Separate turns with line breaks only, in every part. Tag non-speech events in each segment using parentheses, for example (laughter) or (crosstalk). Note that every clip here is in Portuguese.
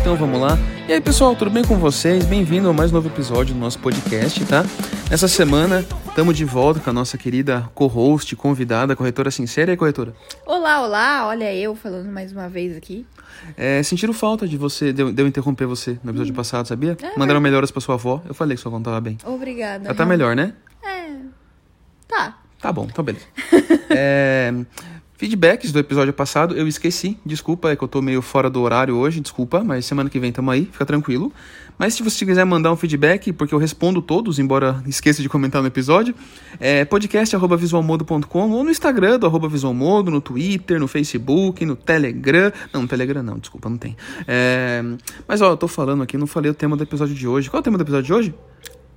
então vamos lá. E aí, pessoal, tudo bem com vocês? Bem-vindo a mais um novo episódio do nosso podcast, tá? Nessa semana, estamos de volta com a nossa querida co-host, convidada, corretora sincera e aí, corretora.
Olá, olá, olha eu falando mais uma vez aqui.
É, sentiram falta de você, de eu, de eu interromper você no episódio passado, sabia? Mandaram melhoras pra sua avó. Eu falei que sua avó não tava bem.
Obrigada. É,
Ela tá melhor, né?
Tá.
Tá bom, então beleza. (laughs) É, feedbacks do episódio passado, eu esqueci. Desculpa, é que eu tô meio fora do horário hoje, desculpa, mas semana que vem tamo aí, fica tranquilo. Mas se você quiser mandar um feedback, porque eu respondo todos, embora esqueça de comentar no episódio, é podcast.visualmodo.com ou no Instagram do arroba visualmodo, no Twitter, no Facebook, no Telegram. Não, no Telegram não, desculpa, não tem. É, mas ó, eu tô falando aqui, não falei o tema do episódio de hoje. Qual é o tema do episódio de hoje?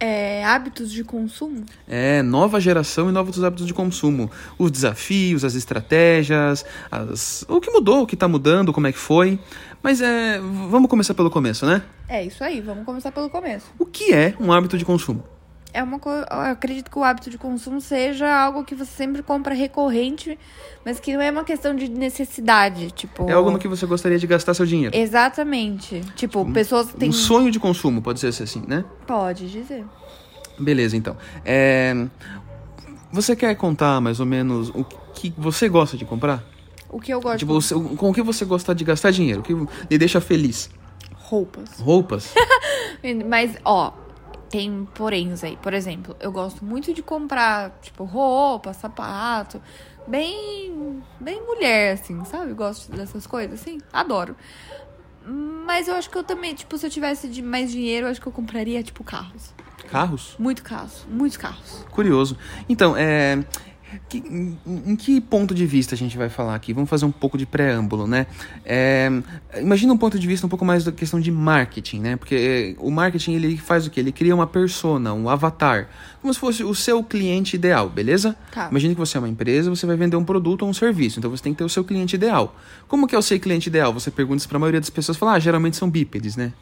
É, hábitos de consumo?
É, nova geração e novos hábitos de consumo. Os desafios, as estratégias, as... o que mudou, o que tá mudando, como é que foi. Mas é, v- vamos começar pelo começo, né?
É isso aí, vamos começar pelo começo.
O que é um hábito de consumo?
É uma coisa. Eu acredito que o hábito de consumo seja algo que você sempre compra recorrente, mas que não é uma questão de necessidade. Tipo.
É algo no que você gostaria de gastar seu dinheiro.
Exatamente. Tipo, pessoas têm.
Um sonho de consumo, pode ser assim, né?
Pode dizer.
Beleza, então. É, Você quer contar mais ou menos o que você gosta de comprar?
O que eu gosto
Tipo, você- com o que você gosta de gastar dinheiro? O que lhe deixa feliz?
roupas.
Roupas?
Mas, ó, tem poréns aí. Por exemplo, eu gosto muito de comprar, tipo, roupa, sapato. Bem. Bem mulher, assim, sabe? Gosto dessas coisas, assim. Adoro. Mas eu acho que eu também, tipo, se eu tivesse de mais dinheiro, eu acho que eu compraria, tipo, carros.
Carros?
Muito carros. Muitos carros.
Curioso. Então, é. que- em, em que ponto de vista a gente vai falar aqui? Vamos fazer um pouco de preâmbulo, né? É, imagina um ponto de vista um pouco mais da questão de marketing, né? Porque é, o marketing ele faz o quê? Ele cria uma persona, um avatar, como se fosse o seu cliente ideal, beleza?
Tá.
Imagina que você é uma empresa, você vai vender um produto ou um serviço, então você tem que ter o seu cliente ideal. Como que é o seu cliente ideal? Você pergunta isso para a maioria das pessoas, fala, ah, geralmente são bípedes, né?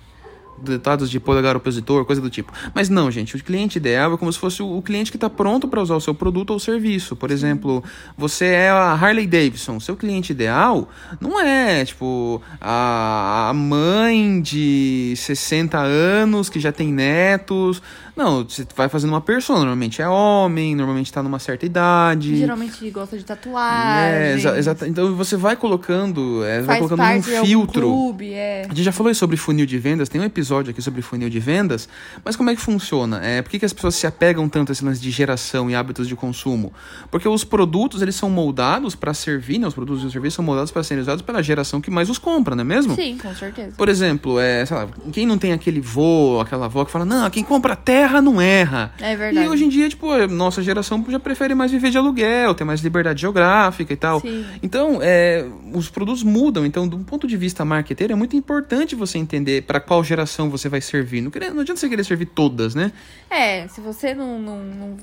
dotados de polegar opositor, coisa do tipo. Mas não, gente, o cliente ideal é como se fosse o o cliente que está pronto para usar o seu produto ou serviço. Por exemplo, você é a Harley Davidson. Seu cliente ideal não é, tipo, a a mãe de 60 anos que já tem netos. Não, você vai fazendo uma persona. Normalmente é homem, normalmente está numa certa idade.
Geralmente gosta de tatuagem.
É, exa- exata- Então você vai colocando, é, vai
Faz
colocando um
parte de algum
filtro.
clube, é.
A gente já falou sobre funil de vendas, tem um episódio aqui sobre funil de vendas, mas como é que funciona? É, por que, que as pessoas se apegam tanto a esse lance de geração e hábitos de consumo? Porque os produtos, eles são moldados para servir, né? Os produtos e os serviços são moldados para serem usados pela geração que mais os compra, não é mesmo?
Sim, com certeza.
Por exemplo, é, sei lá, quem não tem aquele vô, aquela avó que fala, não, quem compra terra não erra.
É verdade.
E hoje em dia, tipo, a nossa geração já prefere mais viver de aluguel, ter mais liberdade geográfica e tal.
Sim.
Então, é, os produtos mudam. Então, do ponto de vista marqueteiro, é muito importante você entender para qual geração você vai servir. Não, querer- não adianta você querer servir todas, né?
É, se você não, não, não,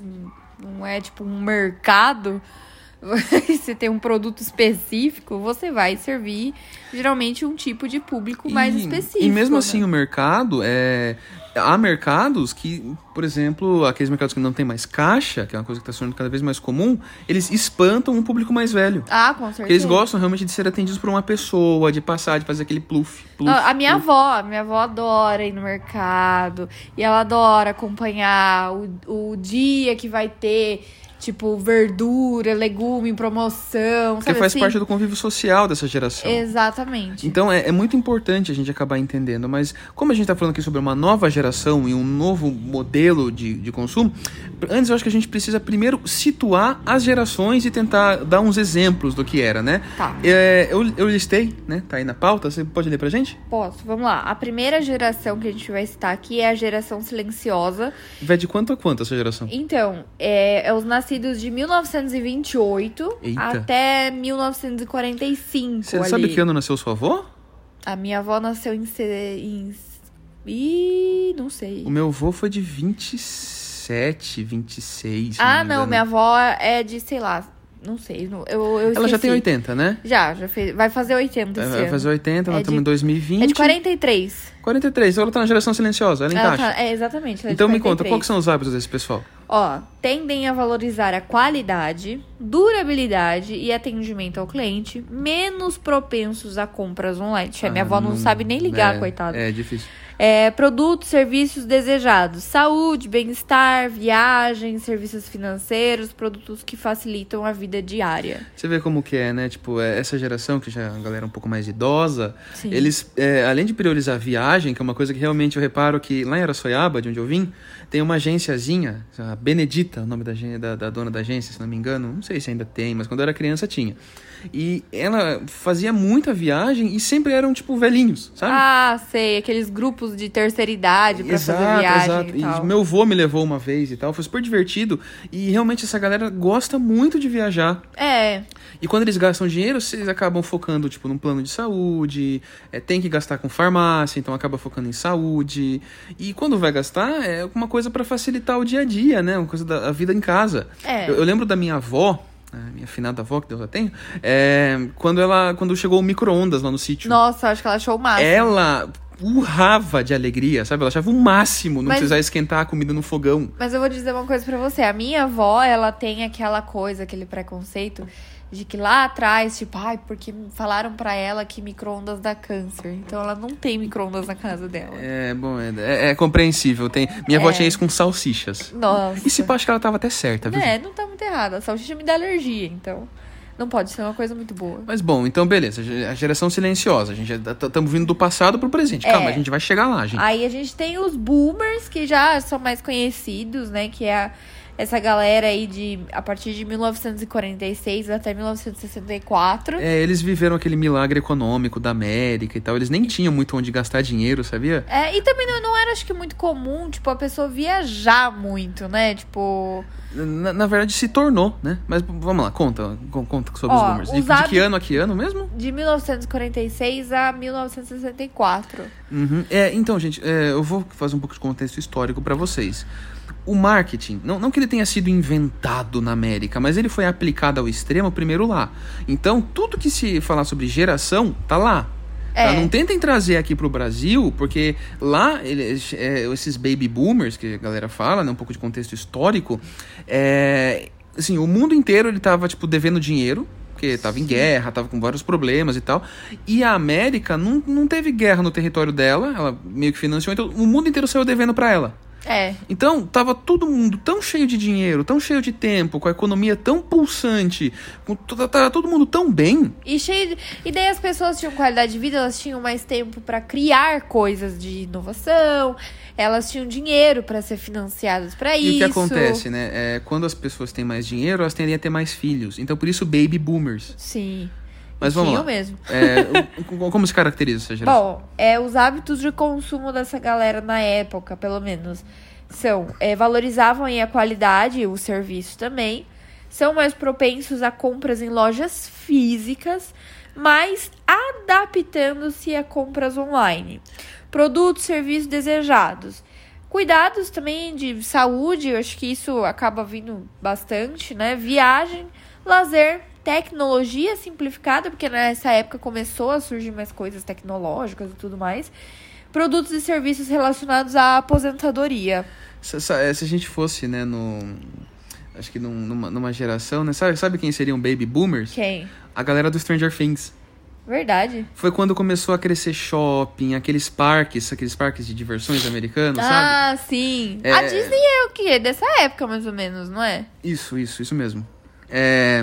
não é tipo um mercado, (laughs) você tem um produto específico, você vai servir geralmente um tipo de público mais
E-
específico.
E mesmo
né?
assim, o mercado é. Há mercados que, por exemplo, aqueles mercados que não tem mais caixa, que é uma coisa que está se tornando cada vez mais comum, eles espantam um público mais velho.
Ah, com certeza.
Porque eles gostam realmente de ser atendidos por uma pessoa, de passar, de fazer aquele pluf, pluf.
Ah, a minha
pluf.
avó, a minha avó adora ir no mercado e ela adora acompanhar o, o dia que vai ter, tipo, verdura, legume, promoção,
Porque
sabe
faz
assim?
parte do convívio social dessa geração.
Exatamente.
Então é, é muito importante a gente acabar entendendo, mas como a gente está falando aqui sobre uma nova geração e um novo modelo de, de consumo, antes eu acho que a gente precisa primeiro situar as gerações e tentar dar uns exemplos do que era, né?
Tá.
É, eu, eu listei, né? Tá aí na pauta, você pode ler pra gente?
Posso, vamos lá. A primeira geração que a gente vai citar aqui é a geração silenciosa.
Vai de quanto a quanto essa geração?
Então, é, é os nascidos de 1928
Eita.
até 1945.
Você
ali.
sabe que ano nasceu sua avó?
A minha avó nasceu em. se- em... Ih, não sei.
O meu avô foi de 27, 26. se não
Ah,
me
não,
engano.
minha avó é de, sei lá, não sei. não- Eu, eu
Ela já
esqueci.
tem 80, né?
Já, já fez, vai fazer 80 esse
Vai
ano.
fazer 80, ela tá
É
estamos
de-
em 2020.
É de 43.
43, então ela tá na geração silenciosa, ela
Ela
encaixa.
tá- é, exatamente. ela é de
Então me conta,
43.
qual que são os hábitos desse pessoal?
Ó, Ó, tendem a valorizar a qualidade, durabilidade e atendimento ao cliente, menos propensos a compras online. Tchê, minha
Ah,
avó não, sabe nem ligar,
é,
coitada.
É difícil.
É, produtos, serviços desejados, saúde, bem-estar, viagens, serviços financeiros, produtos que facilitam a vida diária.
Você vê como que é, né? Tipo, é, essa geração, que já é uma galera um pouco mais idosa,
Sim.
eles, é, além de priorizar a viagem, que é uma coisa que realmente eu reparo que lá em Araçoiaba, de onde eu vim, tem uma agênciazinha, a Benedita, o nome da, agen- da, da dona da agência, se não me engano, não sei se ainda tem, mas quando eu era criança tinha. E ela fazia muita viagem e sempre eram, tipo, velhinhos, sabe?
Ah, sei, aqueles grupos de terceira idade pra fazer viagem e tal.
meu avô me levou uma vez e tal, foi super divertido. E realmente essa galera gosta muito de viajar.
É,
E quando eles gastam dinheiro, vocês acabam focando, tipo, num plano de saúde, é, tem que gastar com farmácia, então acaba focando em saúde. E quando vai gastar, é alguma coisa pra facilitar o dia a dia, né? Uma coisa da a vida em casa.
É.
Eu, eu lembro da minha avó, a minha afinada avó, que Deus a tenha, é, quando, ela, quando chegou o micro-ondas lá no sítio.
nossa, acho que ela achou o máximo.
É, Ela urrava de alegria, sabe? Ela achava o máximo não
Mas-
precisar esquentar a comida no fogão.
Mas eu vou dizer uma coisa pra você. A minha avó, ela tem aquela coisa, aquele preconceito de que lá atrás, tipo, ai, porque falaram pra ela que micro-ondas dá câncer. Então ela não tem micro-ondas na casa dela.
É, bom, é, é- é compreensível. Tem, minha avó
É.
tinha isso com salsichas.
Nossa.
E se pá, acho que ela tava até certa, viu?
É, não tá muito errado. A salsicha me dá alergia, então não pode ser uma coisa muito boa.
Mas bom, então beleza, a geração silenciosa, a gente estamos vindo do passado pro presente.
É.
Calma, a gente vai chegar lá, gente.
Aí a gente tem os boomers, que já são mais conhecidos, né? Que é a- essa galera aí de a partir de 1946 até 1964.
É, eles viveram aquele milagre econômico da América e tal. Eles nem tinham muito onde gastar dinheiro, sabia?
É, e também não, não era, acho que, muito comum, tipo, a pessoa viajar muito, né? Tipo,
Na, na verdade, se tornou, né? Mas vamos lá, conta, con- conta sobre os
Ó,
números. De, de
os
que
hábi-
ano a que ano mesmo?
de 1946 a 1964.
Uhum. É, então, gente, é, eu vou fazer um pouco de contexto histórico para vocês. O marketing, não, não que ele tenha sido inventado na América, mas ele foi aplicado ao extremo primeiro lá. Então, tudo que se falar sobre geração, tá lá.
É.
Tá? Não tentem trazer aqui pro Brasil, porque lá eles, é, esses baby boomers que a galera fala, né, um pouco de contexto histórico, é, assim, o mundo inteiro ele tava tipo devendo dinheiro, porque tava em guerra, tava com vários problemas e tal. E a América não, não teve guerra no território dela, ela meio que financiou, então o mundo inteiro saiu devendo pra ela.
É.
Então, tava todo mundo tão cheio de dinheiro, tão cheio de tempo, com a economia tão pulsante, com, to- tava todo mundo tão bem,
E cheio de... E daí as pessoas tinham qualidade de vida, elas tinham mais tempo pra criar coisas de inovação, elas tinham dinheiro pra ser financiadas pra
E
isso.
o que acontece, né? É, quando as pessoas têm mais dinheiro, elas tendem a ter mais filhos. Então, por isso, baby boomers.
Sim.
Mas vamos
Tinham
lá.
mesmo.
É, o- o- como se caracteriza essa geração?
Bom, é, os hábitos de consumo dessa galera na época, pelo menos, são é, valorizavam aí a qualidade e o serviço também, são mais propensos a compras em lojas físicas, mas adaptando-se a compras online. Produtos, serviços desejados. Cuidados também de saúde, eu acho que isso acaba vindo bastante, né? Viagem, lazer, tecnologia simplificada, porque nessa época começou a surgir mais coisas tecnológicas e tudo mais. Produtos e serviços relacionados à aposentadoria.
Se, se- é, se a gente fosse, né, no. Acho que num- numa, numa geração, né? Sabe, sabe quem seriam baby boomers?
Quem?
A galera do Stranger Things.
Verdade.
Foi quando começou a crescer shopping, aqueles parques, aqueles parques de diversões americanos, sabe?
ah, sim.
É.
A Disney é o quê? Dessa época, mais ou menos, não é?
Isso, isso, isso mesmo. É,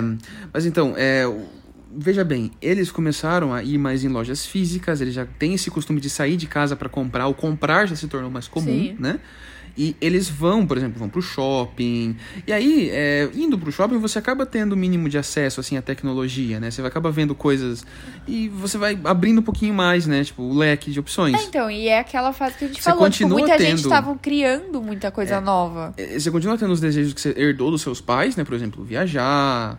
mas então, é, o- veja bem, eles começaram a ir mais em lojas físicas, eles já têm esse costume de sair de casa para comprar, o comprar já se tornou mais comum,
Sim.
né? E eles vão, por exemplo, vão pro shopping. E aí, é, indo pro shopping, você acaba tendo o mínimo de acesso, assim, à tecnologia, né? Você acaba vendo coisas e você vai abrindo um pouquinho mais, né? Tipo, o leque de opções.
É, então, e é aquela fase que a
Você
gente falou, tipo,
continua
muita gente
tendo-
tava criando muita coisa nova.
É, Você continua tendo os desejos que você herdou dos seus pais, né? Por exemplo, viajar.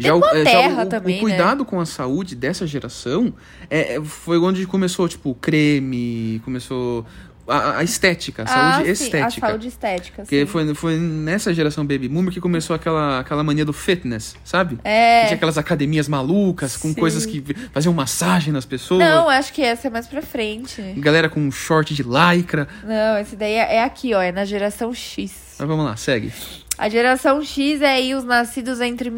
com a
é,
terra
o,
também, né?
o cuidado com a saúde dessa geração é, é, foi onde começou, tipo, o creme, começou a, a estética, a saúde
ah, sim,
estética.
A saúde estética,
Porque
sim.
foi, foi nessa geração baby boomer que começou aquela, aquela mania do fitness, sabe? Que
É.
Tinha aquelas academias malucas, com
Sim.
coisas que faziam massagem nas pessoas.
Não, acho que essa é mais pra frente.
Galera com short de lycra.
Não, esse daí é é aqui, ó. É na geração X.
Mas vamos lá, segue.
A geração X é aí os nascidos entre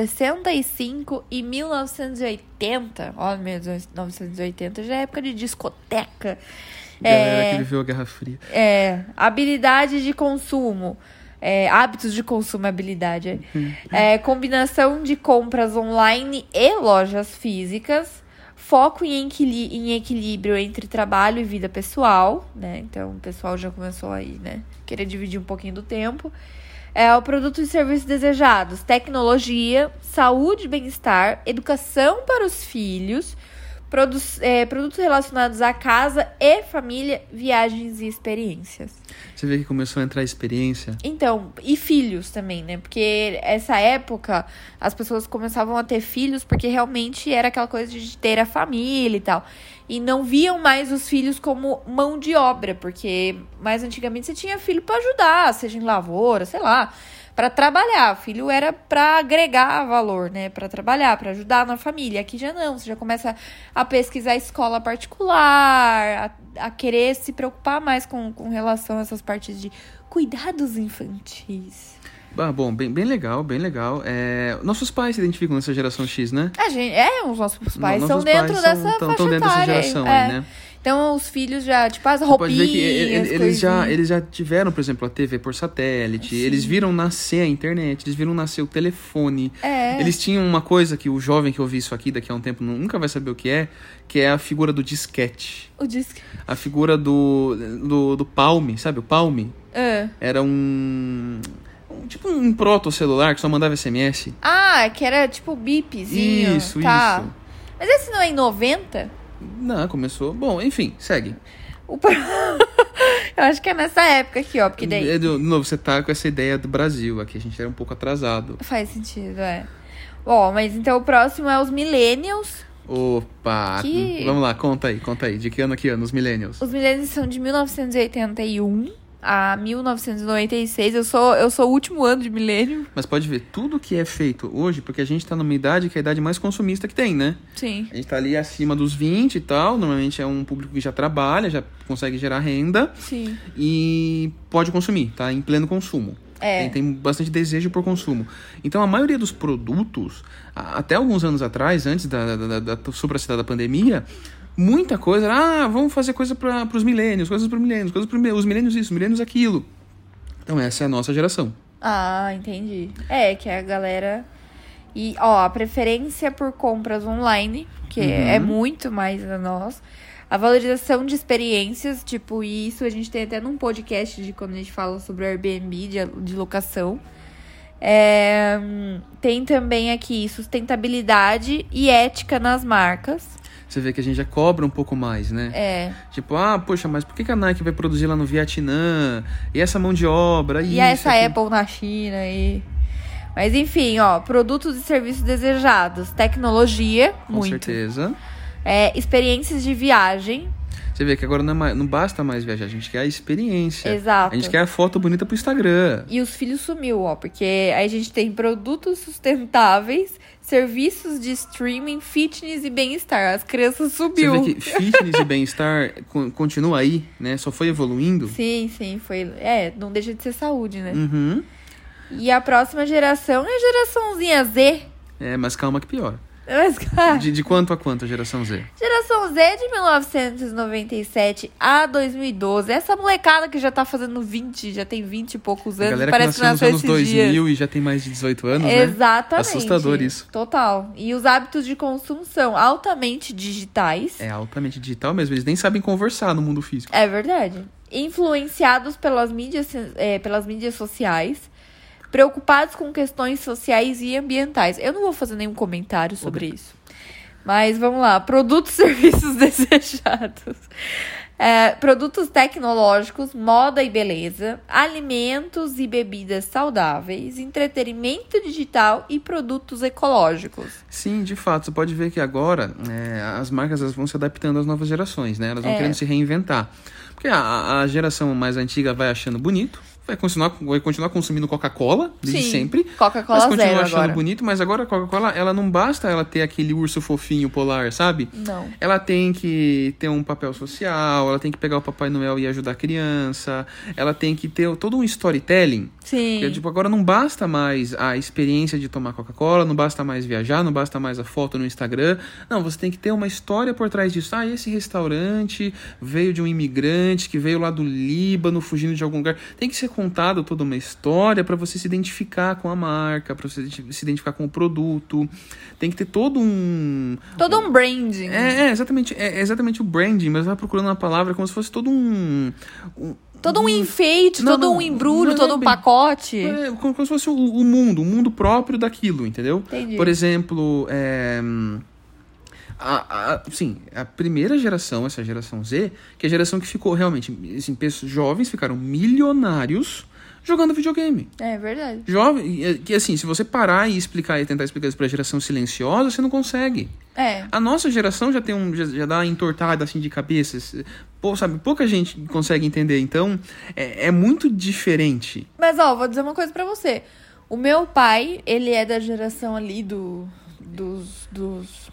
1965 e 1980. Olha, 1980 já é época de discoteca.
Galera que viveu a Guerra Fria.
É, habilidade de consumo. É, hábitos de consumo, habilidade. É, combinação de compras online e lojas físicas. Foco em, equili- em equilíbrio entre trabalho e vida pessoal, né? Então, o pessoal já começou aí, né? Querer dividir um pouquinho do tempo. É, o produto e serviços desejados. Tecnologia, saúde e bem-estar, educação para os filhos, produ- é, produtos relacionados à casa e família, viagens e experiências.
Você vê que começou a entrar a experiência.
Então, e filhos também, né? Porque essa época as pessoas começavam a ter filhos porque realmente era aquela coisa de ter a família e tal. E não viam mais os filhos como mão de obra, porque mais antigamente você tinha filho pra ajudar, seja em lavoura, sei lá, pra trabalhar. Filho era pra agregar valor, né? Pra trabalhar, pra ajudar na família. Aqui já não, você já começa a pesquisar escola particular, a, a querer se preocupar mais com, com relação a essas partes de cuidados infantis.
Ah, bom, bem, bem legal, bem legal. É, Nossos pais se identificam nessa geração X, né?
A gente, é, os nossos pais
No-
são
nossos pais
dentro
são-
dessa
tão-
faixa
tão dentro dessa
etária aí,
geração
é.
aí, né?
Então os filhos já, tipo, as
Você pode ver
roupinhas,
que e- e- eles já,
coisinhas.
eles já tiveram, por exemplo, a TV por satélite, eles viram nascer a internet, eles viram nascer o telefone.
É.
Eles tinham uma coisa que o jovem que ouvir isso aqui daqui a um tempo nunca vai saber o que é, que é a figura do disquete.
O disque.
A figura do, do, do palme, sabe? O palme
Ah.
era um, um- tipo um proto-celular que só mandava SMS.
Ah, que era tipo bipzinho.
Isso,
tá.
isso.
Mas esse não é em 90?
Não, começou. Bom, enfim, segue.
O pro- (laughs) Eu acho que é nessa época aqui, ó. Porque daí
É, De de novo, você tá com essa ideia do Brasil aqui, a gente era um pouco atrasado.
faz sentido, é. Bom, mas então o próximo é os millennials.
Opa!
Que-
Vamos lá, conta aí, conta aí. De que ano a que ano? Os millennials.
Os millennials são de 1981 a 1996. Eu sou, eu sou o último ano de milênio.
Mas pode ver, tudo que é feito hoje, porque a gente tá numa idade que é a idade mais consumista que tem, né?
Sim.
A gente tá ali acima dos 20 e tal, normalmente é um público que já trabalha, já consegue gerar renda
Sim.
e pode consumir, tá? Em pleno consumo.
É.
Tem, tem bastante desejo por consumo. Então, a maioria dos produtos, a- até alguns anos atrás, antes da, da, da, da supracidade da pandemia, muita coisa era, ah, vamos fazer coisa para os milênios, coisas para milênios, coisas para os milênios isso, milênios aquilo. Então, essa é a nossa geração.
Ah, entendi. É, que a galera. E, ó, a preferência por compras online, que é muito mais a nós. A valorização de experiências, tipo, e isso a gente tem até num podcast de quando a gente fala sobre o Airbnb de, de locação. É, hum, tem também aqui sustentabilidade e ética nas marcas.
Você vê que a gente já cobra um pouco mais, né?
É.
Tipo, ah, poxa, mas por que que a Nike vai produzir lá no Vietnã? E essa mão de obra?
E
isso,
essa
aquilo?
Apple na China e. Mas enfim, ó, produtos e serviços desejados, tecnologia,
Com
muito.
certeza.
É, experiências de viagem,
Você vê que agora não, é mais- não basta mais viajar, a gente quer a experiência.
exato.
A gente quer a foto bonita pro Instagram.
E os filhos sumiu, ó, porque aí a gente tem produtos sustentáveis, serviços de streaming, fitness e bem-estar. As crianças
Você
subiu.
vê que fitness e bem-estar con- continua aí, né? Só foi evoluindo.
Sim, sim, foi. É, não deixa de ser saúde, né?
Uhum.
E a próxima geração é a geraçãozinha Z.
É, mas calma que pior.
Mas, cara,
De, de quanto a quanto a geração Z?
Geração Z de 1997 a 2012. Essa molecada que já tá fazendo 20, já tem 20 e poucos
A
anos,
galera que
parece
nasceu nos anos
esses dias. É.
2000 e já tem mais de 18 anos, né?
Exatamente.
Assustador isso.
Total. E os hábitos de consumo são altamente digitais.
É altamente digital mesmo, eles nem sabem conversar no mundo físico.
É verdade. Influenciados pelas mídias, é, pelas mídias sociais. Preocupados com questões sociais e ambientais. Eu não vou fazer nenhum comentário sobre isso. Mas vamos lá. Produtos (laughs) e serviços desejados. É, produtos tecnológicos, moda e beleza, alimentos e bebidas saudáveis, entretenimento digital e produtos ecológicos.
Sim, de fato, você pode ver que agora é, as marcas elas vão se adaptando às
É.
novas gerações, né? Elas vão querendo se reinventar. Porque a, a geração mais antiga vai achando bonito, vai continuar, vai continuar consumindo Coca-Cola desde
Sim.
sempre.
Coca-Cola
mas continua
zero
achando
agora.
bonito, mas agora a Coca-Cola, ela não basta ela ter aquele urso fofinho polar, sabe?
Não.
Ela tem que ter um papel social, ela tem que pegar o Papai Noel e ajudar a criança, ela tem que ter todo um storytelling.
Sim.
Porque, tipo, agora não basta mais a experiência de tomar Coca-Cola, não basta mais viajar, não basta mais a foto no Instagram. Não, você tem que ter uma história por trás disso. Ah, esse restaurante veio de um imigrante que veio lá do Líbano, fugindo de algum lugar. Tem que ser contada toda uma história pra você se identificar com a marca, pra você se identificar com o produto. Tem que ter todo um,
Todo um branding.
é, é, exatamente, é é exatamente o branding, mas eu tava procurando uma palavra como se fosse todo um. um-
Todo um enfeite,
Não,
todo
não,
um embrulho,
não é
todo um
bem-
pacote.
é, como, como se fosse o, o mundo, o mundo próprio daquilo, entendeu?
Entendi.
Por exemplo, é, hum, a, a- sim, a primeira geração, essa geração Z, que é a geração que ficou realmente. Assim, pessoas, jovens ficaram milionários jogando videogame.
É verdade.
Jovem, é, que assim, se você parar e explicar e tentar explicar isso pra geração silenciosa, você não consegue.
É.
A nossa geração já tem um já, já dá uma entortada assim de cabeça. esse- Pô, sabe, pouca gente consegue entender, então é, é muito diferente.
Mas ó, vou dizer uma coisa pra você. O meu pai, ele é da geração ali do. dos. dos.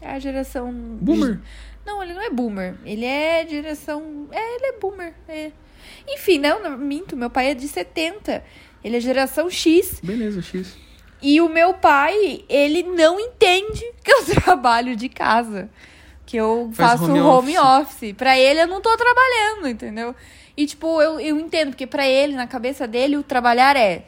É a geração.
Boomer.
Não, ele não é boomer. Ele é geração. É, ele é boomer. é. Enfim, não, não, minto. Meu pai é de 70. Ele é geração X.
Beleza, X.
E o meu pai, ele não entende (laughs) que eu trabalho de casa. Que eu
Faz
faço
home
home, office. Pra ele, eu não tô trabalhando, entendeu? E, tipo, eu, eu entendo, porque pra ele, na cabeça dele, o trabalhar é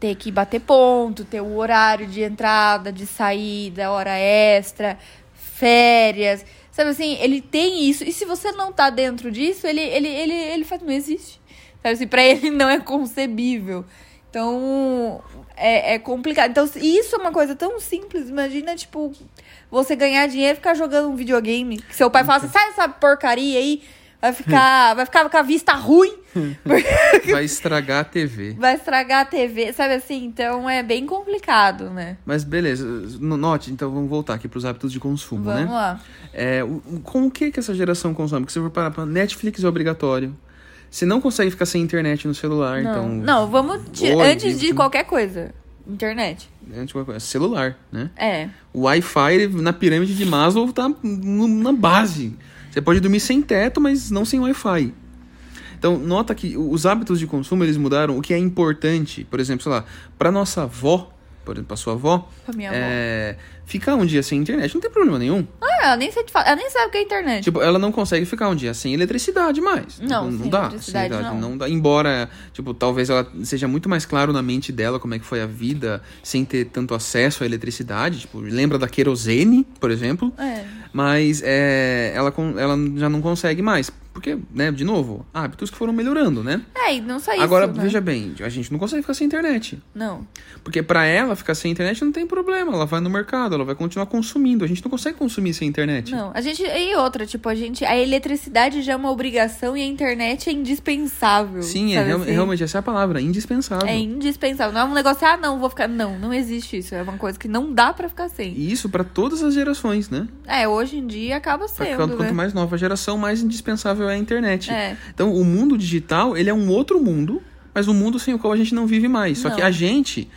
ter que bater ponto, ter o horário de entrada, de saída, hora extra, férias. Sabe assim, ele tem isso. E se você não tá dentro disso, ele, ele, ele, ele faz, não existe. Sabe assim, pra (laughs) ele não é concebível. Então, é, é complicado. Então, se- isso é uma coisa tão simples. Imagina, tipo, você ganhar dinheiro e ficar jogando um videogame. Que seu pai fala assim, sai dessa porcaria aí. Vai ficar, vai ficar com a vista ruim.
Vai estragar a TV.
Vai estragar a TV, sabe assim? Então, é bem complicado, né?
Mas beleza, no- note, então vamos voltar aqui pros hábitos de consumo,
Vamos
né?
lá.
É, o- o- com o que que essa geração consome? Porque se você for parar pra Netflix é obrigatório. Você não consegue ficar sem internet no celular,
não,
então.
não, vamos... ti-
hoje,
antes de
enfim.
qualquer coisa. Internet.
é antes de qualquer coisa, celular, né?
É.
O Wi-Fi na pirâmide de Maslow tá no- na base. Você pode dormir sem teto, mas não sem Wi-Fi. Então, nota que o- os hábitos de consumo eles mudaram, o que é importante. Por exemplo, sei lá, pra nossa avó, por exemplo, pra sua avó,
Pra minha avó.
é, ficar um dia sem internet não tem problema nenhum.
Ah, ela nem, sabe te falar- ela nem sabe o que é internet.
Tipo, ela não consegue ficar um dia sem eletricidade mais. Tipo,
Não, sem
dá.
eletricidade, não.
dá. Embora, tipo, talvez ela seja muito mais claro na mente dela como é que foi a vida sem ter tanto acesso à eletricidade. Tipo, lembra da querosene, por exemplo.
É.
Mas é, ela, con- ela já não consegue mais. Porque, né, de novo, hábitos que foram melhorando, né?
É, e não só isso,
Agora,
né?
veja bem, a gente não consegue ficar sem internet.
Não.
Porque pra ela ficar sem internet não tem problema. Ela vai no mercado, ela vai continuar consumindo. A gente não consegue consumir sem internet.
Não, a gente. E outra, tipo, a gente. A eletricidade já é uma obrigação e a internet é indispensável.
Sim, é,
sabe
real-
assim?
realmente essa é a palavra, indispensável.
É indispensável. Não é um negócio, ah, não, vou ficar. Não, não existe isso. É uma coisa que não dá pra ficar sem.
E isso pra todas as gerações, né?
É, hoje em dia acaba
Pra
sendo.
quanto,
né?
quanto mais nova a geração, mais indispensável é a internet.
É.
Então, o mundo digital, ele é um outro mundo, mas um mundo sem o qual a gente não vive mais. Só
Não.
que a gente,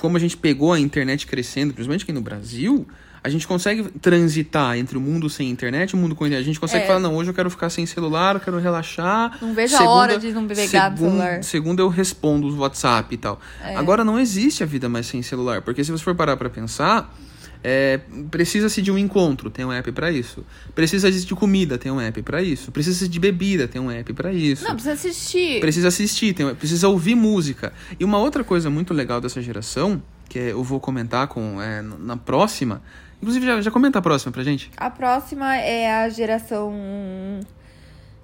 como a gente pegou a internet crescendo, principalmente aqui no Brasil, a gente consegue transitar entre o mundo sem internet e o mundo com internet. A gente consegue
É.
falar, não, hoje eu quero ficar sem celular, eu quero relaxar.
Não vejo a hora de não pegar no
segun-
celular. É.
Segunda eu respondo os WhatsApp e tal. Agora não existe a vida mais sem celular, porque se você for parar pra pensar, é, precisa-se de um encontro, tem um app pra isso. Precisa-se de comida, tem um app pra isso. Precisa-se de bebida, tem um app pra isso.
Não, precisa assistir.
Precisa assistir, tem, um precisa ouvir música. E uma outra coisa muito legal dessa geração, que é- eu vou comentar com é, n- na próxima. Inclusive, já, já comenta a próxima pra gente.
A próxima é a geração.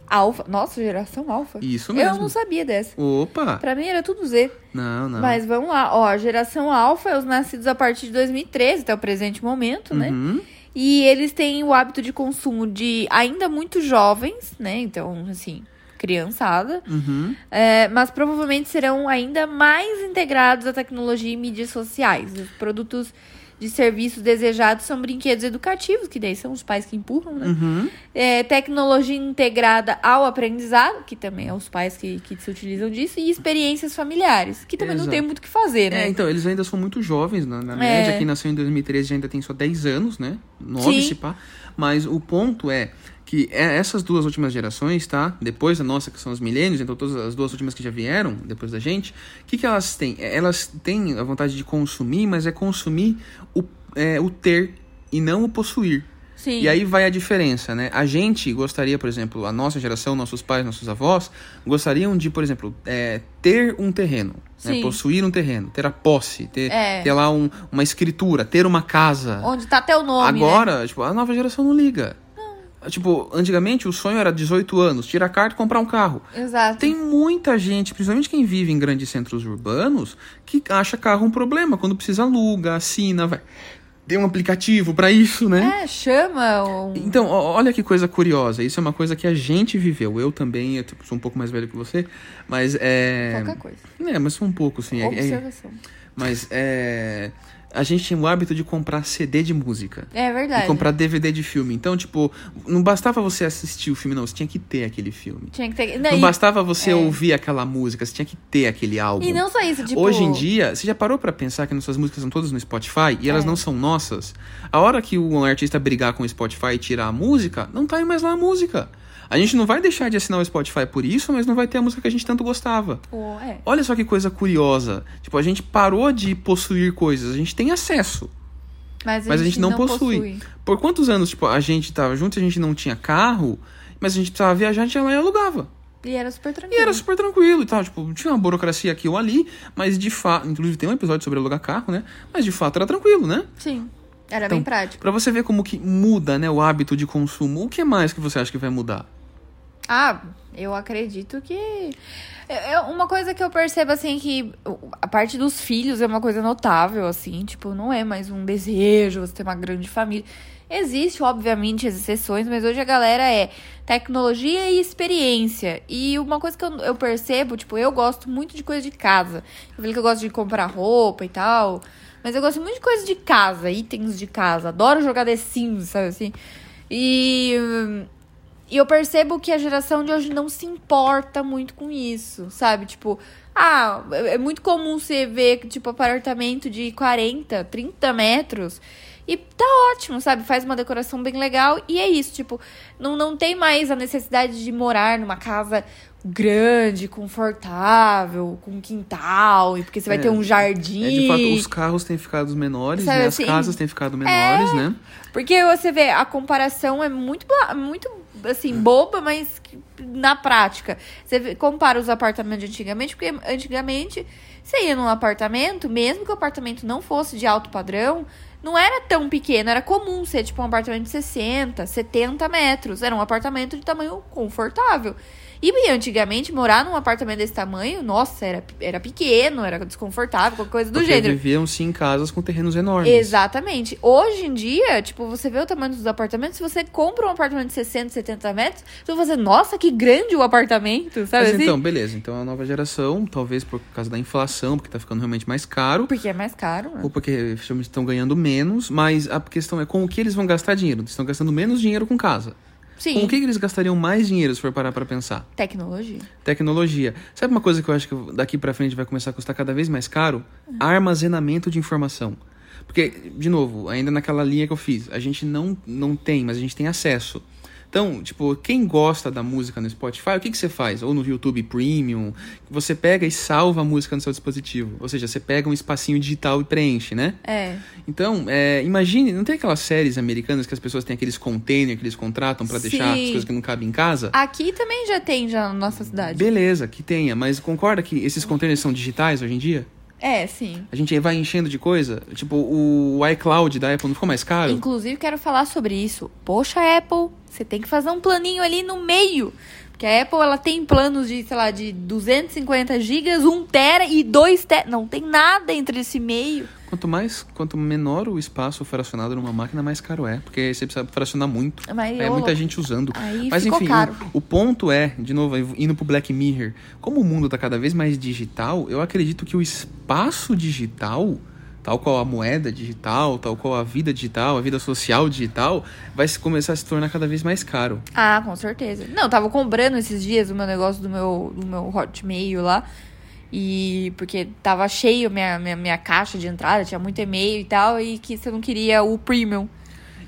Alfa. Nossa, geração alfa?
Isso
Eu
mesmo. Ah.
não sabia dessa.
Opa!
Pra mim era tudo Z.
Não, não.
Mas vamos lá, ó, a geração alfa é os nascidos a partir de 2013, até o presente momento, né?
Uhum.
E eles têm o hábito de consumo de ainda muito jovens, né? Então, assim, criançada.
Uhum.
É, mas provavelmente serão ainda mais integrados à tecnologia e mídias sociais. Os produtos de serviços desejados são brinquedos educativos, que daí são os pais que empurram, né?
Uhum.
É, tecnologia integrada ao aprendizado, que também é os pais que, que se utilizam disso, e experiências familiares, que também
Exato.
não tem muito o que fazer, né? É.
É, então, eles ainda são muito jovens, né? na, na média. Quem nasceu em 2013 ainda tem só 10 anos, né? 9
Sim.
se pá. Mas o ponto é que é- essas duas últimas gerações, tá? Depois da nossa, que são os milênios, então todas as duas últimas que já vieram depois da gente, o que, que elas têm? É, Elas têm a vontade de consumir, mas é consumir o, é, o ter e não o possuir.
Sim.
E aí vai a diferença, né? A gente gostaria, por exemplo, a nossa geração, nossos pais, nossos avós, gostariam de, por exemplo, é, ter um terreno, né?
Sim.
possuir um terreno, ter a posse, ter,
É.
ter lá um- uma escritura, ter uma casa.
Onde tá até o nome, né?
Agora, tipo, a nova geração não liga. Tipo, antigamente o sonho era 18 anos, tirar a carta e comprar um carro.
Exato.
Tem muita gente, principalmente quem vive em grandes centros urbanos, que acha carro um problema. Quando precisa, aluga, assina, vai. Tem um aplicativo pra isso, né?
É, chama um...
Então, ó- olha que coisa curiosa. Isso é uma coisa que a gente viveu. Eu também, eu tipo, sou um pouco mais velho que você, mas é.
Pouca coisa.
É, mas só um pouco, sim. É- é-
Observação.
mas é. A gente tinha o hábito de comprar CD de música.
É
E
verdade.
comprar DVD de filme. Então, tipo, não bastava você assistir o filme, não. Você tinha que ter aquele filme.
Tinha que ter...
Não,
e-
bastava você
é.
ouvir aquela música. Você tinha que ter aquele álbum.
E não só isso, tipo...
Hoje em dia, você já parou pra pensar que nossas músicas são todas no Spotify e elas
É.
não são nossas? A hora que um artista brigar com o Spotify e tirar a música, não tá aí mais lá a música. A gente não vai deixar de assinar o Spotify por isso, mas não vai ter a música que a gente tanto gostava.
Pô, é.
Olha só que coisa curiosa. Tipo, a gente parou de possuir coisas, a gente tem acesso.
Mas a,
Mas
gente, não, possui.
Por quantos anos, tipo, a gente tava junto, a gente não tinha carro, mas a gente precisava viajar, a gente ia lá e alugava.
E era super
E
tranquilo.
era super tranquilo e tal. Tipo, tinha uma burocracia aqui ou ali, mas de fato. Inclusive tem um episódio sobre alugar carro, né? Mas de fato era tranquilo, né?
Sim. Era
Então,
bem prático.
Pra você ver como que muda, né, o hábito de consumo. O que mais que você acha que vai mudar?
Ah, eu acredito que. é- é uma coisa que eu percebo, assim, que o- a parte dos filhos é uma coisa notável, assim, tipo, não é mais um desejo você ter uma grande família. Existe, obviamente, as exceções, mas hoje a galera é tecnologia e experiência. E uma coisa que eu, eu percebo, tipo, eu gosto muito de coisa de casa. Eu falei que eu gosto de comprar roupa e tal. Mas eu gosto muito de coisa de casa, itens de casa. Adoro jogar The Sims, sabe assim? E. hum, e eu percebo que a geração de hoje não se importa muito com isso, sabe? Tipo, ah, é é muito comum você ver, tipo, apartamento de 40, 30 metros. E tá ótimo, sabe? Faz uma decoração bem legal e é isso, tipo, não, não tem mais a necessidade de morar numa casa grande, confortável, com quintal, e porque você vai
É,
ter um jardim.
É, de fato, os carros têm ficado menores,
Sabe
né? As
assim? é,
casas têm ficado menores, né?
Porque você vê, a comparação é muito, bla- muito assim, boba, mas que- na prática. Você vê- compara os apartamentos de antigamente, porque antigamente você ia num apartamento, mesmo que o apartamento não fosse de alto padrão, não era tão pequeno, era comum ser tipo um apartamento de 60, 70 metros. Era um apartamento de tamanho confortável. E bem, antigamente, morar num apartamento desse tamanho, nossa, era, era pequeno, era desconfortável, qualquer coisa do
Porque
gênero.
viviam sim em casas com terrenos enormes.
Exatamente. Hoje em dia, tipo, você vê o tamanho dos apartamentos, se você compra um apartamento de 60, 70 metros, você vai fazer, nossa, que grande o apartamento, sabe
Mas
assim?
então, beleza. Então a nova geração, talvez por causa da inflação, porque tá ficando realmente mais caro,
Porque é mais caro, né?
ou porque filmes estão ganhando menos, mas a questão é com o que eles vão gastar dinheiro. Eles estão gastando menos dinheiro com casa. Com
Sim,
o que que eles gastariam mais dinheiro se for parar pra pensar?
tecnologia.
Tecnologia. Sabe uma coisa que eu acho que daqui pra frente vai começar a custar cada vez mais caro? Armazenamento de informação. Porque, de novo, ainda naquela linha que eu fiz, a gente não, não tem, mas a gente tem acesso. Então, tipo, quem gosta da música no Spotify, o que, que você faz? Ou no YouTube Premium, você pega e salva a música no seu dispositivo. Ou seja, você pega um espacinho digital e preenche, né?
É.
Então, é, imagine, não tem aquelas séries americanas que as pessoas têm aqueles containers que eles contratam pra deixar as
Sim.
coisas que não cabem em casa?
Aqui também já tem, já na nossa cidade.
Beleza, que tenha, mas concorda que esses containers são digitais hoje em dia?
É, sim.
A gente vai enchendo de coisa? Tipo, o iCloud da Apple não ficou mais caro?
Inclusive, quero falar sobre isso. Poxa, Apple, você tem que fazer um planinho ali no meio. Porque a Apple, ela tem planos de, sei lá, de 250 gigas, 1 tera e 2 tera. Não tem nada entre esse meio.
Quanto mais, quanto menor o espaço fracionado numa máquina, mais caro é. Porque você precisa fracionar muito.
Mas,
É
ô,
muita gente usando.
Aí
Mas
ficou
enfim,
caro.
o, o ponto é, de novo, indo pro Black Mirror, como o mundo tá cada vez mais digital, eu acredito que o espaço digital tal qual a moeda digital, tal qual a vida digital, a vida social digital, vai se começar a se tornar cada vez mais caro.
Ah, com certeza. Não, eu tava comprando esses dias o meu negócio do meu, do meu Hotmail lá. E porque tava cheio minha, minha, minha caixa de entrada, tinha muito e-mail e tal, e que você não queria o premium.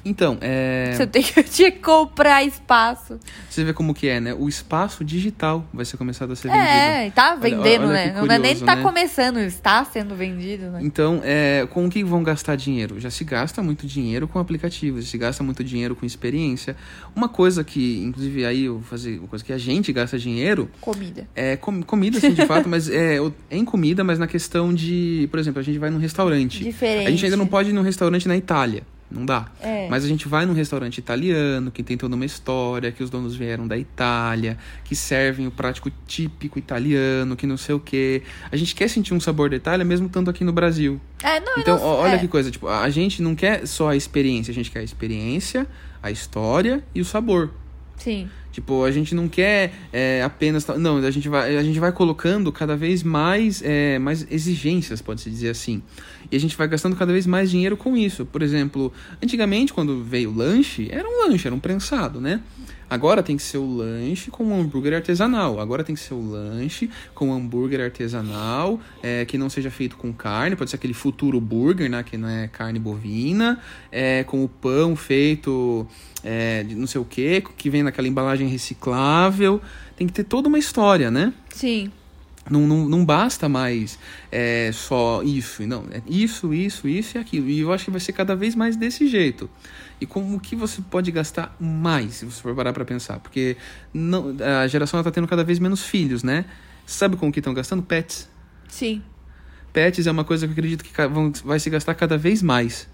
Então, é,
Você tem que, (laughs) tinha que comprar espaço.
você vê como que é, né? O espaço digital vai ser começado a ser vendido.
É, e tá vendendo,
olha
né?
que
não é nem
curioso,
tá
né?
começando, está sendo vendido, né?
Então, é, com o que vão gastar dinheiro? Já se gasta muito dinheiro com aplicativos, se gasta muito dinheiro com experiência. Uma coisa que, inclusive, aí eu vou fazer uma coisa que a gente gasta dinheiro
Comida.
É, com- comida, assim, de fato, mas é, o- em comida, mas na questão de, por exemplo, a gente vai num restaurante.
Diferente.
Tipo, A gente ainda não pode ir num restaurante na Itália, não dá.
É.
Mas a gente vai num restaurante italiano, que tem toda uma história, que os donos vieram da Itália, que servem o prático típico italiano, que não sei o quê. A gente quer sentir um sabor da Itália, mesmo tanto aqui no Brasil.
É, não,
Então,
não,
ó, olha
é.
que coisa, tipo, a gente não quer só a experiência, a gente quer a experiência, a história e o sabor.
É, Sim.
Tipo, a gente não quer é, apenas. ta- Não, a gente, vai, a gente vai colocando cada vez mais, é, mais exigências, pode-se dizer assim. E a gente vai gastando cada vez mais dinheiro com isso. Por exemplo, antigamente, quando veio o lanche, era um lanche, era um prensado, né? Agora tem que ser o lanche com um hambúrguer artesanal. Agora tem que ser o lanche com um hambúrguer artesanal, é, que não seja feito com carne, pode ser aquele futuro burger, né? Que não é carne bovina, é, com o pão feito é, de não sei o que, que vem naquela embalagem reciclável. Tem que ter toda uma história, né?
Sim.
Não, não, não basta mais é, só isso, não. É isso, isso, isso e aquilo. E eu acho que vai ser cada vez mais desse jeito. E como que você pode gastar mais, se você for parar pra pensar? Porque não, a geração está tendo cada vez menos filhos, né? Sabe com o que estão gastando? Pets.
Sim.
Pets é uma coisa que eu acredito que ca- vão, vai se gastar cada vez mais.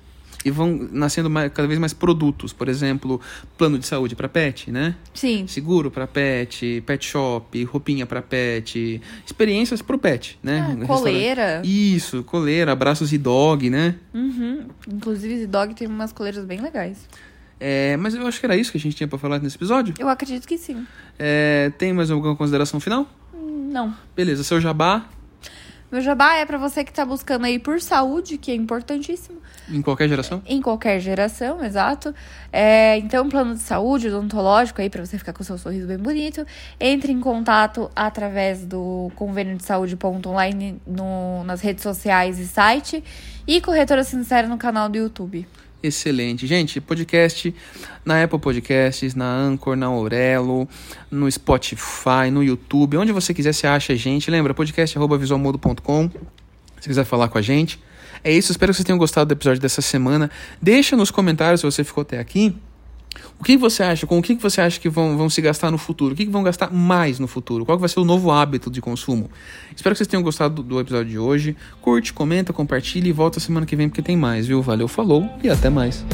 E vão nascendo mais- cada vez mais produtos. Por exemplo, plano de saúde para pet, né?
Sim.
Seguro para pet, pet shop, roupinha para pet, experiências pro pet, né?
Ah,
Restaurante.
coleira.
Isso, coleira, abraços e dog, né?
Uhum. Inclusive, esse dog tem umas coleiras bem legais.
É, mas eu acho que era isso que a gente tinha para falar nesse episódio.
Eu acredito que sim.
É, tem mais alguma consideração final?
Hum, Não.
Beleza, seu jabá
Meu jabá é pra você que tá buscando aí por saúde, que é importantíssimo.
em qualquer geração?
Em qualquer geração, exato. É, então, plano de saúde odontológico aí, pra você ficar com o seu sorriso bem bonito. Entre em contato através do convênio de saúde.online no- nas redes sociais e site. E Corretora Sincera no canal do YouTube.
Excelente. Gente, podcast na Apple Podcasts, na Anchor, na Aurelo, no Spotify, no YouTube, onde você quiser, você acha a gente. Lembra, podcast.visualmodo.com, se quiser falar com a gente. É isso, espero que vocês tenham gostado do episódio dessa semana. Deixa nos comentários se você ficou até aqui. O que você acha? Com o que você acha que vão, vão se gastar no futuro? O que vão gastar mais no futuro? Qual vai ser o novo hábito de consumo? Espero que vocês tenham gostado do, do episódio de hoje. Curte, comenta, compartilha e volta semana que vem porque tem mais, viu? Valeu, falou e até mais.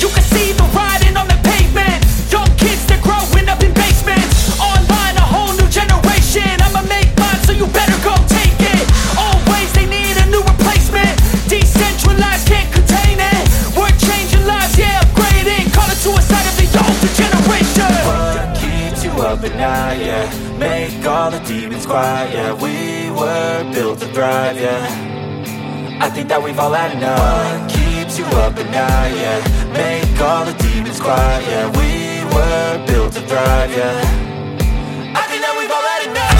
You can see them riding on the pavement. Young kids, they're growing up in basements. Online, a whole new generation. I'ma make mine, so you better go take it. Always, they need a new replacement. Decentralized, can't contain it. We're changing lives, yeah, upgrading. Call it suicide of the older generation.
What keeps you up at night, yeah? Make all the demons quiet, yeah. We were built to thrive, yeah. I think that we've all had enough. What keeps you up at night, yeah? Make all the demons quiet, yeah. We were built to thrive, yeah.